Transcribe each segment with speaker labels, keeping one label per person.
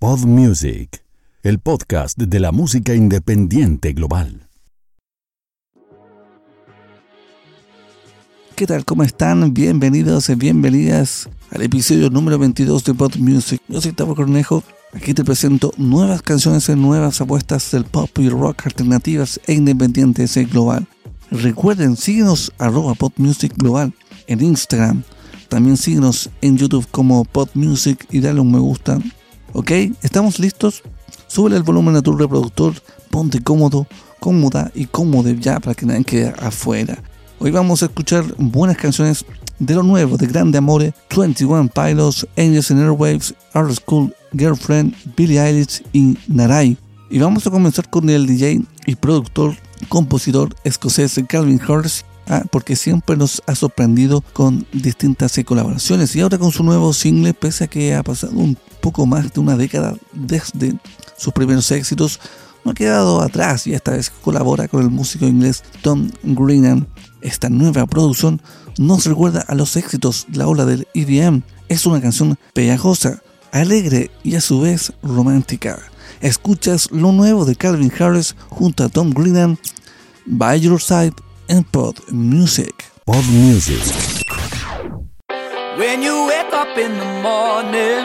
Speaker 1: Pod Music, el podcast de la música independiente global.
Speaker 2: ¿Qué tal? ¿Cómo están? Bienvenidos y bienvenidas al episodio número 22 de Pod Music. Yo soy Tavo Cornejo. Aquí te presento nuevas canciones y nuevas apuestas del pop y rock alternativas e independientes global. Recuerden, síguenos arroba podmusic global en Instagram. También síguenos en YouTube como podmusic y dale un me gusta. ¿Ok? ¿Estamos listos? Sube el volumen a tu reproductor, ponte cómodo, cómoda y cómodo ya para que nadie quede afuera. Hoy vamos a escuchar buenas canciones de lo nuevo de Grande Amore, 21 Pilots, Angels and Airwaves, Our School, Girlfriend, Billie Eilish y Narai. Y vamos a comenzar con el DJ y productor, compositor escocés Calvin Harris, ah, porque siempre nos ha sorprendido con distintas eh, colaboraciones. Y ahora con su nuevo single, pese a que ha pasado un poco más de una década desde sus primeros éxitos, no ha quedado atrás y esta vez colabora con el músico inglés Tom Greenan. Esta nueva producción nos recuerda a los éxitos de la ola del EDM. Es una canción pegajosa, alegre y a su vez romántica. Escuchas lo nuevo de Calvin Harris junto a Tom Greenan, By Your Side en Pod Music.
Speaker 1: Pod Music.
Speaker 3: When you wake up in the morning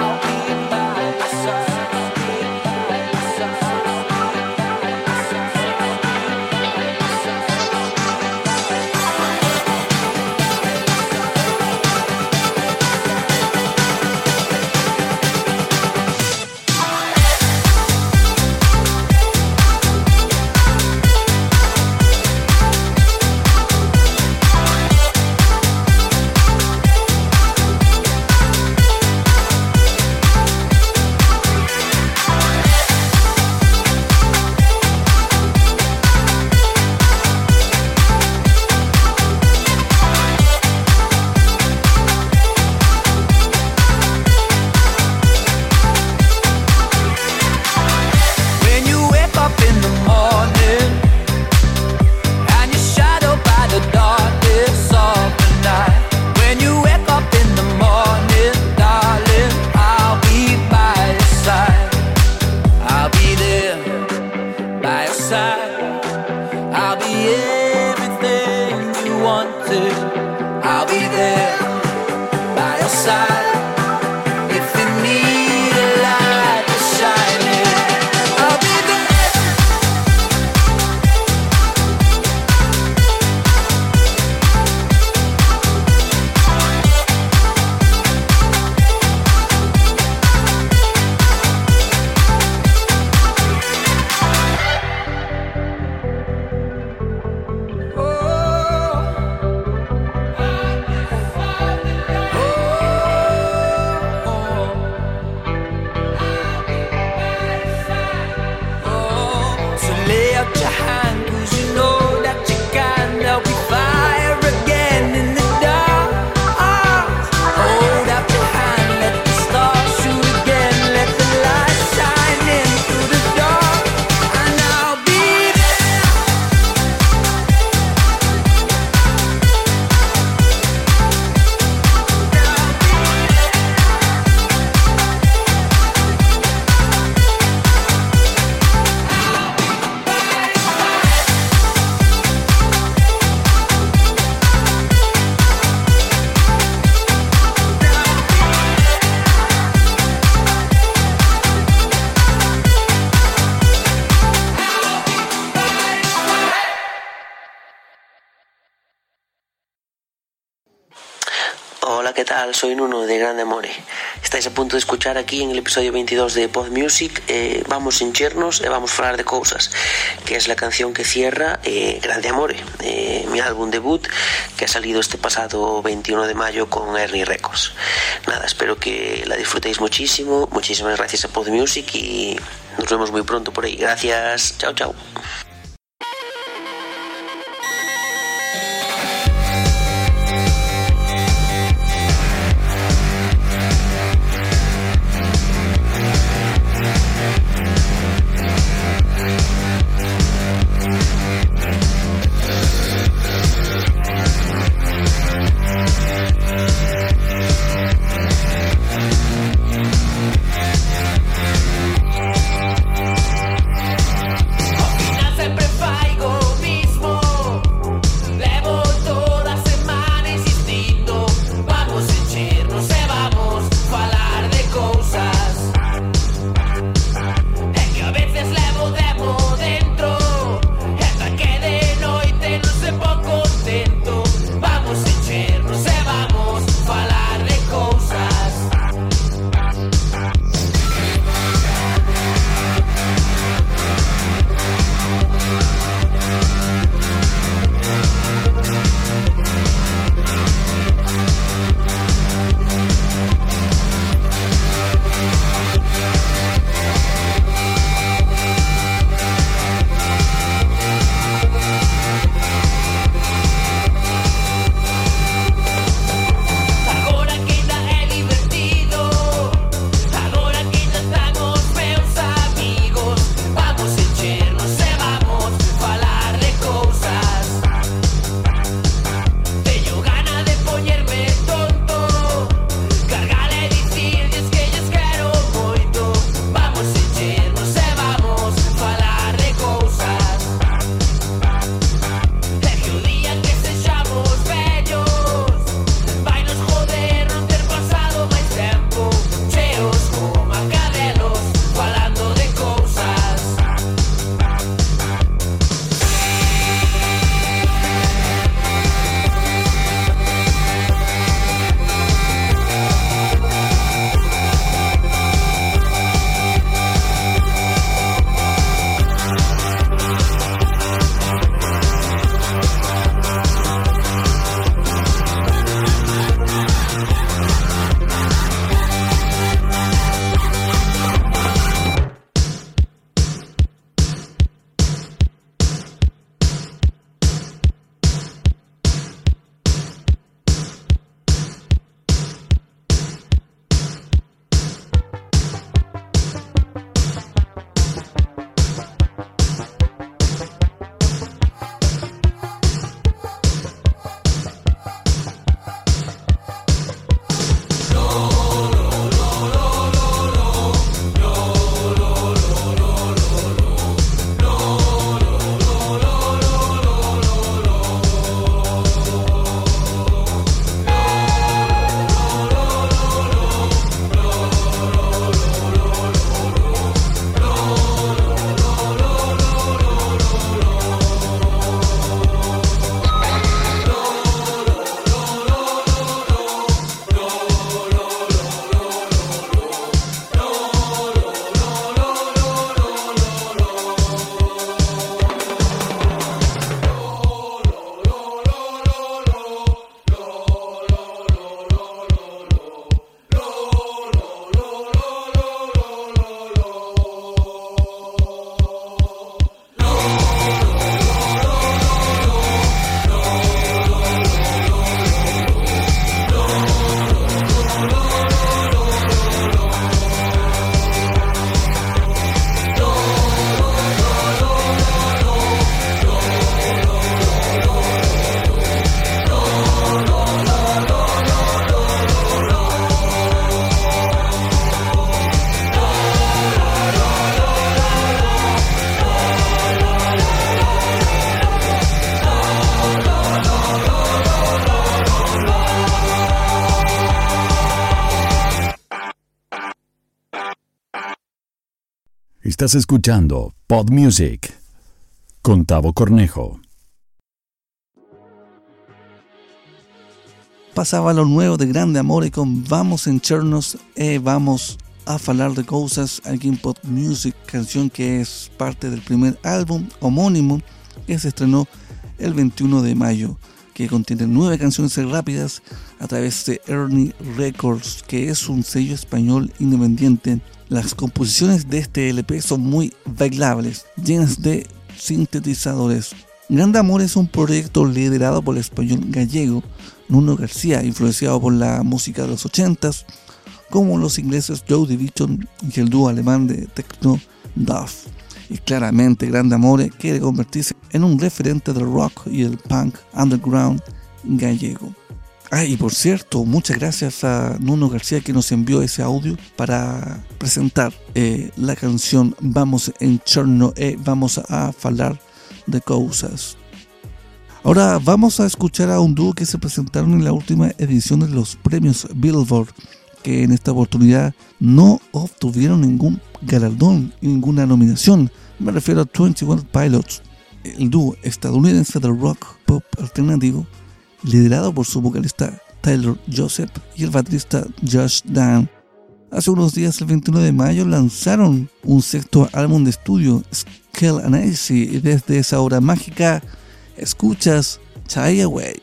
Speaker 3: I'll be by your side. When you wake up in the morning and you're shadowed by the darkness of the night. When you wake up in the morning, darling, I'll be by your side. I'll be there by your side. I'll be everything you wanted. I'll be there by your side. If you need a light to shine in, I'll be there. Oh, So lay out your hand, cause you know that you can. There'll be fire again in the dark. Ah, Hold out your hand, let the stars shoot again. Let the light shine in through the dark. And I'll be there. I'll be there.
Speaker 4: Hola, ¿qué tal? Soy Nuno de Grande Amore. Estáis a punto de escuchar aquí en el episodio 22 de Pod Music eh, Vamos Enchernos e Vamos Falar de Cousas, que es la canción que cierra eh, Grande Amore, eh, mi álbum debut que ha salido este pasado 21 de mayo con Ernie Records. Nada, espero que la disfrutéis muchísimo. Muchísimas gracias a Pod Music y nos vemos muy pronto por ahí. Gracias. Chao, chao.
Speaker 3: Final sempre faigo o mismo Levo toda a semana insistindo Vamos enchernos e vamos falar de cousas É que a veces levo demo dentro E ata que de noite non se pon contento Vamos enchernos e vamos falar de cousas Agora quem dá é e divertido Agora quem dá tá com os meus amigos Vamos encher-nos e vamos falar de cousas Tenho gana de poñerme tonto Cargale dicirles que lles quero moito Vamos encher-nos e vamos falar de cousas É que o día que sexamos vellos Vai nos joder non ter pasado máis tempo Cheos coma cadelos Falando de cousas
Speaker 1: Estás escuchando Pod Music con Tavo Cornejo.
Speaker 2: pasaba lo nuevo de Grande Amore con Vamos a Enchernos e Vamos a Falar de Cosas aquí en Pop Music, canción que es parte del primer álbum homónimo que se estrenó el 21 de mayo, que contiene nueve canciones rápidas a través de Ernie Records, que es un sello español independiente. Las composiciones de este LP son muy bailables, llenas de sintetizadores. Grande Amor es un proyecto liderado por el español gallego Nuno García, influenciado por la música de los 80s, como los ingleses Joe Division y el dúo alemán de techno Duff. Y claramente Grande Amore quiere convertirse en un referente del rock y el punk underground gallego. Ah, y por cierto, muchas gracias a Nuno García que nos envió ese audio para presentar eh, la canción Vamos en Chorno e Vamos a hablar de cosas. Ahora vamos a escuchar a un dúo que se presentaron en la última edición de los premios Billboard, que en esta oportunidad no obtuvieron ningún galardón, ninguna nominación. Me refiero a 21 Pilots, el dúo estadounidense del rock pop alternativo, liderado por su vocalista Tyler Joseph y el baterista Josh Dan. Hace unos días, el 21 de mayo, lanzaron un sexto álbum de estudio, Scale Analysis, y desde esa hora mágica escuchas Tie Away.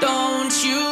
Speaker 5: Don't you
Speaker 3: oh,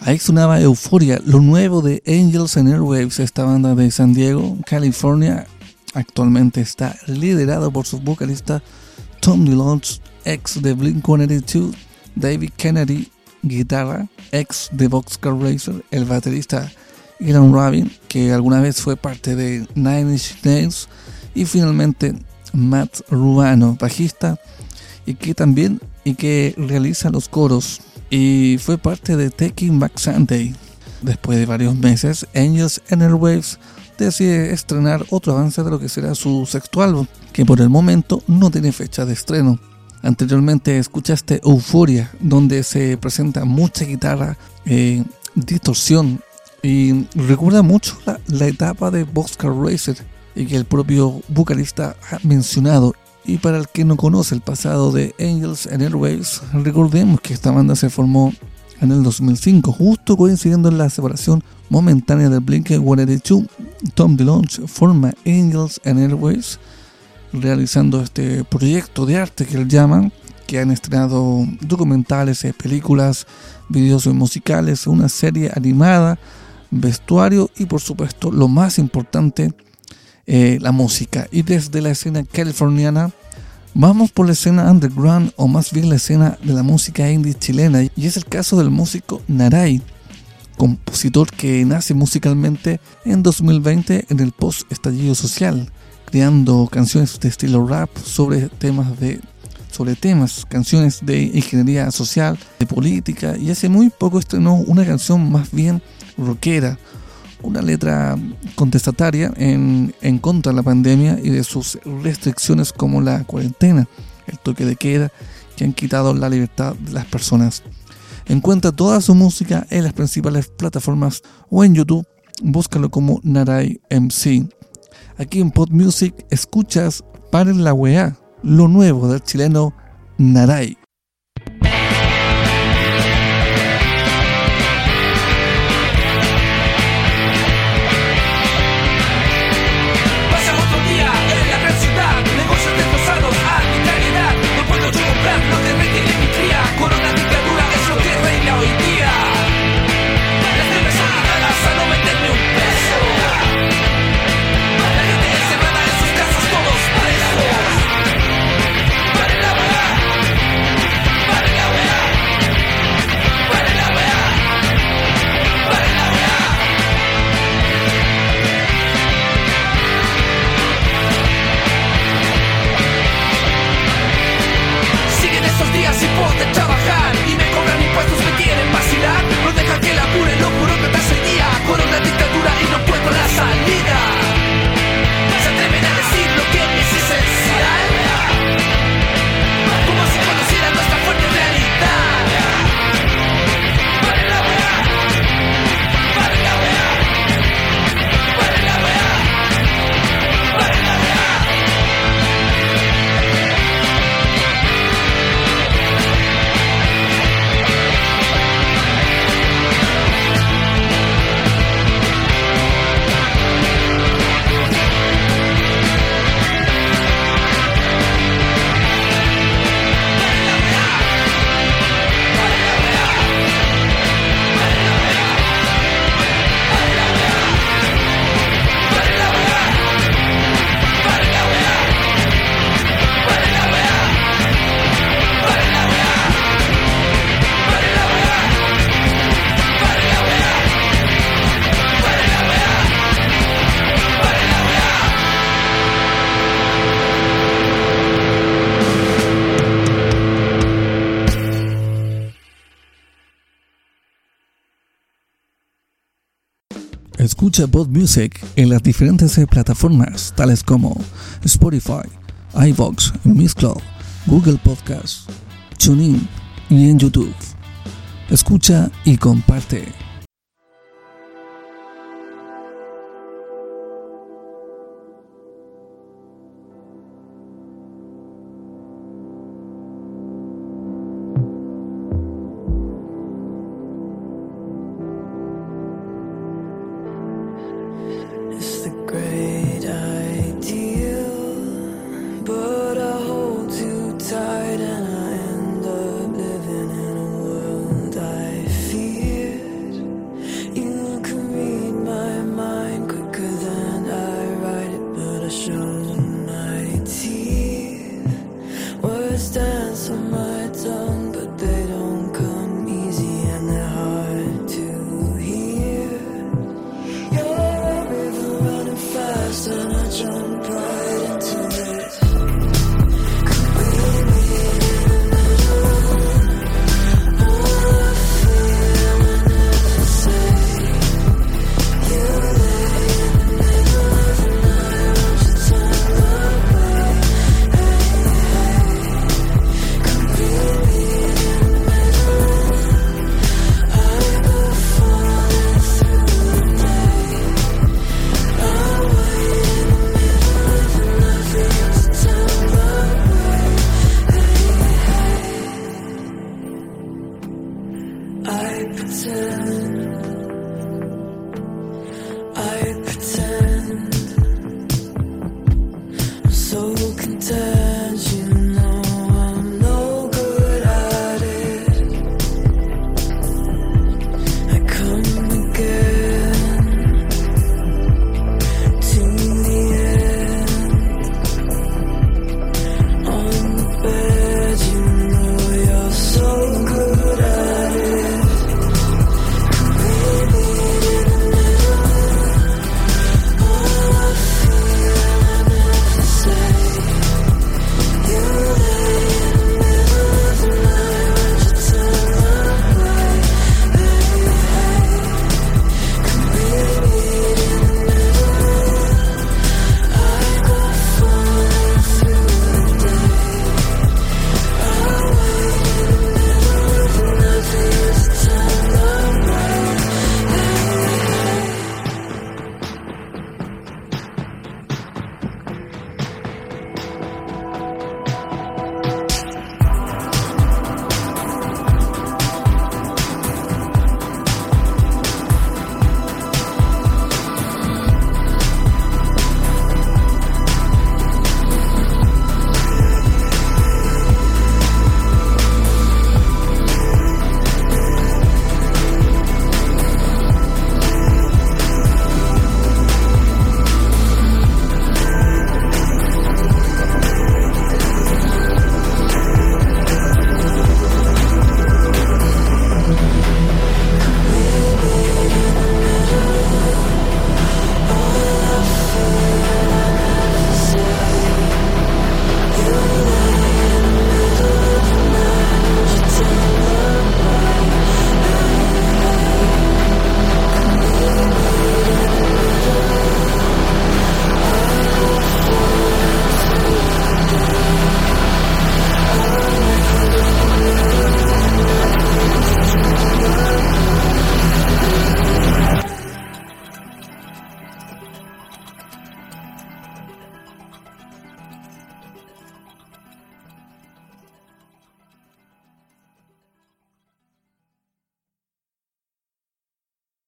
Speaker 2: Ahí sonaba Euforia, lo nuevo de Angels and Airwaves, esta banda de San Diego, California. Actualmente está liderado por su vocalista Tom DeLonge, ex de Blink-182, David Kennedy, guitarra, ex de Boxcar Racer, el baterista Ilan Rabin, que alguna vez fue parte de Nine Inch Nails, y finalmente Matt Rubano, bajista, y que también y que realiza los coros y fue parte de Taking Back Sunday. Después de varios meses, Angels and Airwaves decide estrenar otro avance de lo que será su sexto álbum, que por el momento no tiene fecha de estreno. Anteriormente escuchaste Euforia, donde se presenta mucha guitarra, eh, distorsión y recuerda mucho la, la etapa de Boxcar Racer y que el propio vocalista ha mencionado. Y para el que no conoce el pasado de Angels and Airwaves, recordemos que esta banda se formó en el 2005, justo coincidiendo en la separación momentánea del Blink-182. Tom DeLonge forma Angels and Airwaves realizando este proyecto de arte que él llaman, que han estrenado documentales, eh, películas, videos musicales, una serie animada, vestuario y por supuesto lo más importante, eh, la música. Y desde la escena californiana vamos por la escena underground o más bien la escena de la música indie chilena y es el caso del músico Naray compositor que nace musicalmente en 2020 en el post estallido social creando canciones de estilo rap sobre temas de sobre temas, canciones de ingeniería social, de política y hace muy poco estrenó una canción más bien rockera, una letra contestataria en, en contra de la pandemia y de sus restricciones como la cuarentena, el toque de queda que han quitado la libertad de las personas. Encuentra toda su música en las principales plataformas o en YouTube, búscalo como Naray MC aquí en Pod Music escuchas Paren la weá, lo nuevo del chileno Naray.
Speaker 6: Pasan otro día en la gran ciudad, negocios destrozados, arbitrariedad. No puedo yo comprar lo que requiere mi cría. Con una dictadura es lo que reina hoy día. Las debes agarradas a no meterme un peso. La gente encerrada en sus casas, todos presos. Para la weá, para la weá, para la weá, para la weá. Siguen esos días sin poder trabajar Y me cobran impuestos, me quieren vacilar No dejan que la cure, lo juro que me el día Con una dictadura y no puedo la salida Se atreven a decir lo que es esencial Como si conocieran nuestra fuerte realidad Para la weá Para la weá Para la weá Para la weá
Speaker 2: Escucha Pod Music en las diferentes eh, plataformas tales como Spotify, iVox, Mixcloud, Google Podcast, TuneIn y en YouTube. Escucha y comparte.
Speaker 3: It's the great ideal, but I hold too tight and I end up living in a world I feared.
Speaker 5: right into it. I pretend. I pretend. I'm so content, you know I'm no good at it. I come again to the end. On the bed, you know you're so good at it.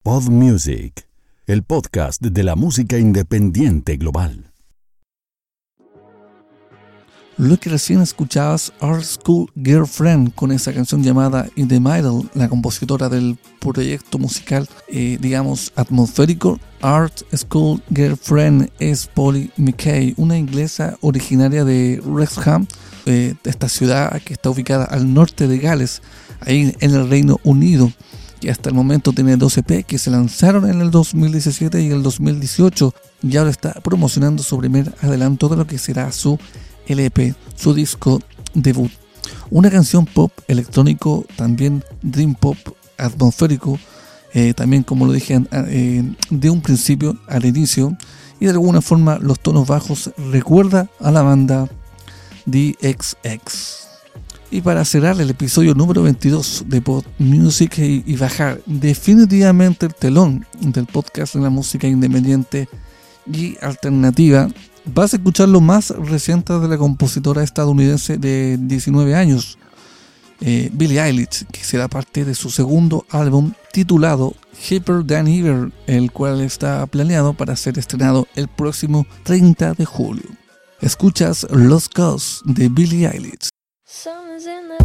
Speaker 1: Pod Music, el podcast de la música independiente global.
Speaker 2: Lo que recién escuchabas, Art School Girlfriend, con esa canción llamada In the Middle, la compositora del proyecto musical, eh, digamos, atmosférico. Art School Girlfriend es Polly McKay, una inglesa originaria de Wrexham, eh, de esta ciudad que está ubicada al norte de Gales, ahí en el Reino Unido que hasta el momento tiene 12 EP que se lanzaron en el 2017 y el 2018 y ahora está promocionando su primer adelanto de lo que será su LP, su disco debut. Una canción pop electrónico, también dream pop atmosférico, eh, también como lo dije eh, de un principio al inicio y de alguna forma los tonos bajos recuerda a la banda DXX. Y para cerrar el episodio número 22 de Pod Music y, y bajar definitivamente el telón del podcast de la música independiente y alternativa, vas a escuchar lo más reciente de la compositora estadounidense de 19 años, eh, Billie Eilish, que será parte de su segundo álbum titulado Hipper Than Ever, el cual está planeado para ser estrenado el próximo 30 de julio. Escuchas Los Cos de Billie Eilish.
Speaker 7: Someone's in the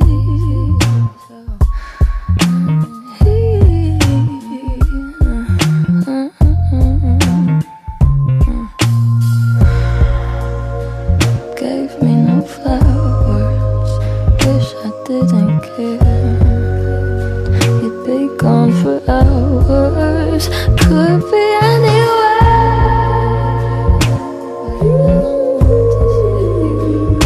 Speaker 7: Gave me no flowers. Wish I didn't care. You'd be gone for hours. Could be anywhere.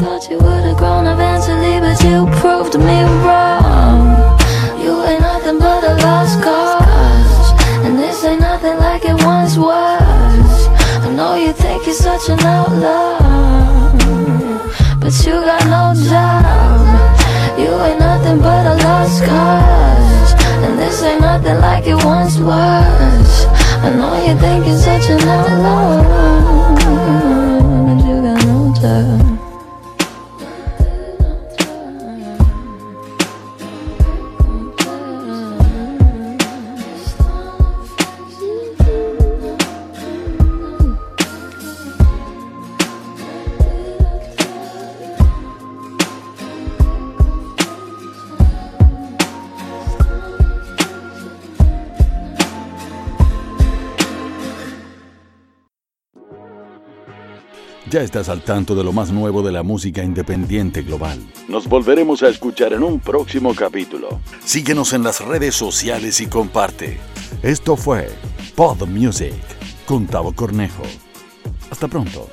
Speaker 7: Thought you would have grown eventually, but you proved me wrong. You ain't nothing but a lost cause, and this ain't nothing like it once was. I know you think you're such an outlaw, but you got no job. You ain't nothing but a lost cause, and this ain't nothing like it once was. I know you think you're such an outlaw, but you got no job.
Speaker 1: Ya estás al tanto de lo más nuevo de la música independiente global. Nos volveremos a escuchar en un próximo capítulo. Síguenos en las redes sociales y comparte. Esto fue Pod Music con Tavo Cornejo. Hasta pronto.